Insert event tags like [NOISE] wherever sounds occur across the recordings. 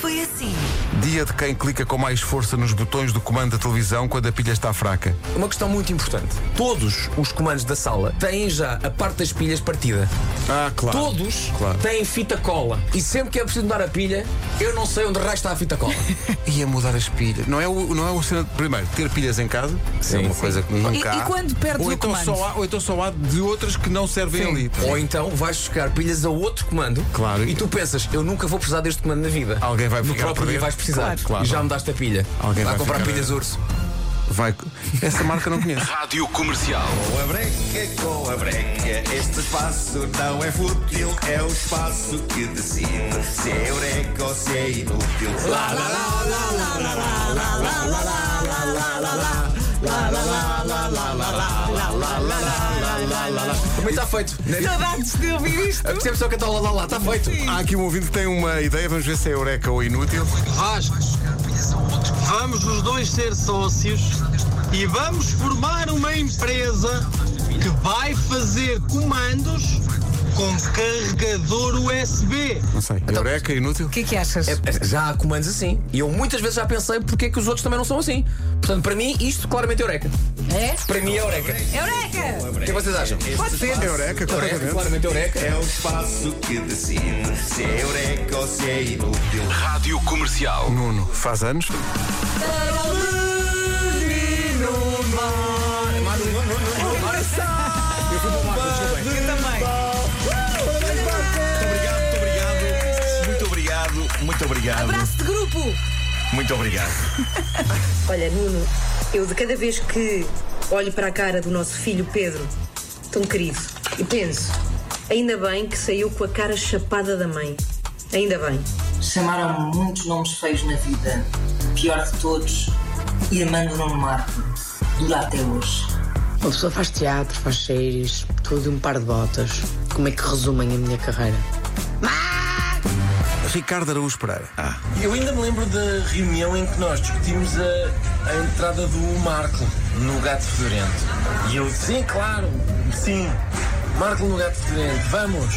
foi assim. Dia de quem clica com mais força nos botões do comando da televisão quando a pilha está fraca. Uma questão muito importante. Todos os comandos da sala têm já a parte das pilhas partida. Ah, claro. Todos Claro. têm fita cola. E sempre que é preciso mudar a pilha, eu não sei onde raio está a [LAUGHS] fita cola. Ia mudar as pilhas. Não é o, não é o cena de- primeiro ter pilhas em casa. é uma coisa que E- nunca e há. quando perdes o ou então comando? só há, ou então só há de outras que não servem ali. Ou então vais buscar pilhas a outro comando Claro. e tu pensas, eu nunca vou precisar deste comando na vida. Alguém vai No ficar a próprio dia perder. vais precisar. Claro, claro. E já me daste a pilha. Alguém Vai vai comprar ficar a- pilhas urso. Vai. Essa marca não conheço. Rádio Comercial. Com a breca, com a breca, este espaço não é fútil, é o espaço que decide se é eureka ou se é inútil. Lá, lá, lá. Também está feito. Saudades de ouvir isto. Percebes só que está lá, lá, lá, está feito. [LAUGHS] Há aqui um ouvinte que tem uma ideia, vamos ver se é eureka ou inútil. Vasco, vamos os dois ser sócios e vamos formar uma empresa que vai fazer comandos com carregador USB. Não sei. Eureka, inútil? O que é que achas? Já há comandos assim. E eu muitas vezes já pensei porque é que os outros também não são assim. Portanto, para mim, isto claramente é eureka. É? Para mim é eureka. Eureka! O que é que vocês acham? Pode ser. Eureka, Eureka, completamente. claramente eureka. É o espaço que decide se é eureka ou se é inútil. Rádio Comercial. Nuno, faz anos. Eu também. Muito obrigado, muito obrigado, muito obrigado, Abraço de grupo. muito obrigado. Olha, Nuno, eu de cada vez que olho para a cara do nosso filho Pedro, tão querido, e penso, ainda bem que saiu com a cara chapada da mãe. Ainda bem. Chamaram-me muitos nomes feios na vida. Pior de todos, irmã do Nuno Marco. Dura até hoje. Uma pessoa faz teatro, faz séries, tudo e um par de botas. Como é que resumem a minha carreira? Ricardo Araújo Pereira. Eu ainda me lembro da reunião em que nós discutimos a, a entrada do Marco no Gato Fedorento. E eu sim, claro, sim, Marco no Gato Fedorento, vamos!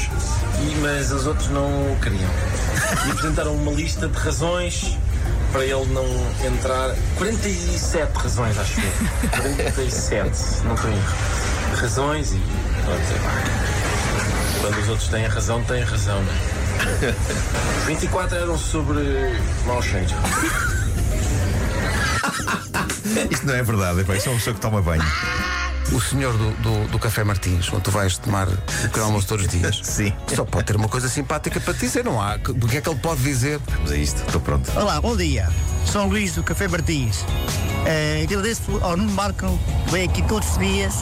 E, mas os outros não o queriam. E apresentaram uma lista de razões para ele não entrar. 47 razões, acho é. eu. 47, se não estou em erro. Razões e. pronto, é. Quando os outros têm a razão, têm a razão, não é? 24 eram sobre mau cheiro. Isto não é verdade, é pá, isto é uma pessoa que toma banho. O senhor do, do, do Café Martins, onde tu vais tomar o pequeno almoço todos os dias. Sim. Só pode ter uma coisa simpática para te dizer, não há? O que é que ele pode dizer? Vamos a isto, estou pronto. Olá, bom dia. São Luís do Café Martins. Eh, agradeço ao Nuno Marco, que vem aqui todos os dias.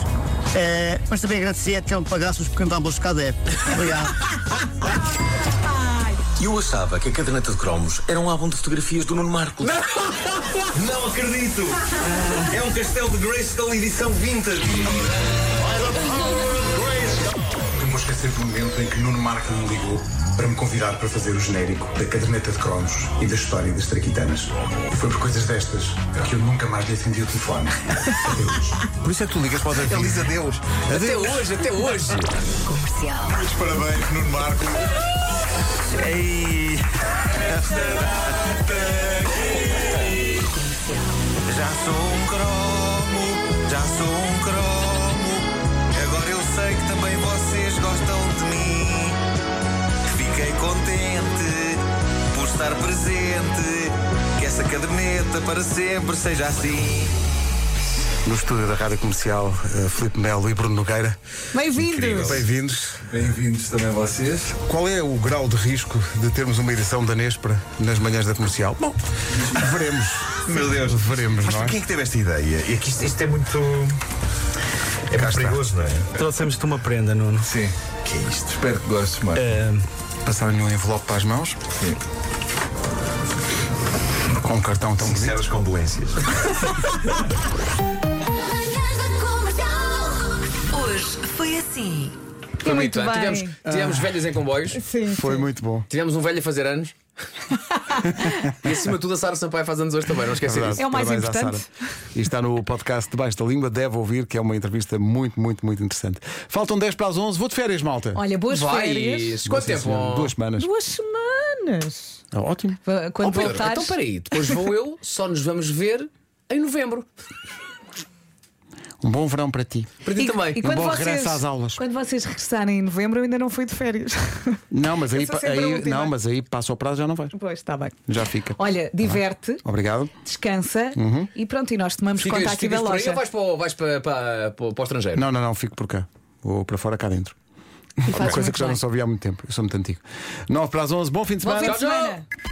Eh, mas também agradecer a Telmo Pagaços por cantar a música Obrigado. Eu achava que a caderneta de cromos era um álbum de fotografias do Nuno Marco. Não acredito! É um castelo de Grayskull edição vintage. Não vou esquecer do momento em que Nuno Marco me ligou para me convidar para fazer o genérico da caderneta de cromos e da história das traquitanas. E foi por coisas destas que eu nunca mais lhe acendi o telefone. Adeus. Por isso é que tu ligas para o David. Ele diz adeus. Até hoje, até hoje. Muitos parabéns, Nuno Marco. Ei. Já sou um cromo, já sou um cromo. Agora eu sei que também vocês gostam de mim. Fiquei contente por estar presente. Que essa caderneta para sempre seja assim. No estúdio da Rádio Comercial, eh, Filipe Melo e Bruno Nogueira. Bem-vindos. Bem-vindos. Bem-vindos também vocês. Qual é o grau de risco de termos uma edição da Nespra nas manhãs da comercial? Bom, veremos. Meu Deus. Veremos, Mas não é? quem é que teve esta ideia? E aqui isto, isto é muito. É muito perigoso, não é? Trouxemos-te uma prenda, Nuno. Sim. que é isto? Espero que gostes, Marco. Passaram-lhe Eh, um envelope para as mãos. Com um cartão tão bonito. Sinceras condolências. Hoje foi assim. Foi muito bem. bem. Tivemos, tivemos velhas em comboios, Foi muito bom. tivemos um velho a fazer anos. e acima de tudo a Sara Sampaio faz anos hoje também, não esquecer verdade. disso. É o mais Parabéns à importante. Sara. E está no podcast Debaixo da Língua, deve ouvir, que é uma entrevista muito, muito, muito interessante. Faltam 10 para as 11, vou de férias, malta. Olha, boas Vai, férias. quanto tempo? Duas semanas. Duas semanas. semanas. ótimo. Quando Pedro, voltares- Então peraí, depois vou eu, só nos vamos ver em novembro. Um bom verão para ti. Para ti também. E um quando bom vocês, regresso às aulas. quando vocês regressarem em novembro, eu ainda não fui de férias. [LAUGHS] Não, mas aí, Eu sou pa- sempre a aí- última. não, mas aí passa o prazo já não vais. Pois, está bem. Já fica. Olha, diverte, Obrigado. descansa Uhum. e pronto, e nós tomamos conta aqui da por aí loja. ou vais para, o- vais para, para, para, o- para o estrangeiro? Não, não, não, fico por cá. Vou para fora, cá dentro. E Uma fazes coisa muito que já bem. não se ouvia há muito tempo. Eu sou muito antigo. 9 para as 11, bom fim de Bom semana. fim de semana.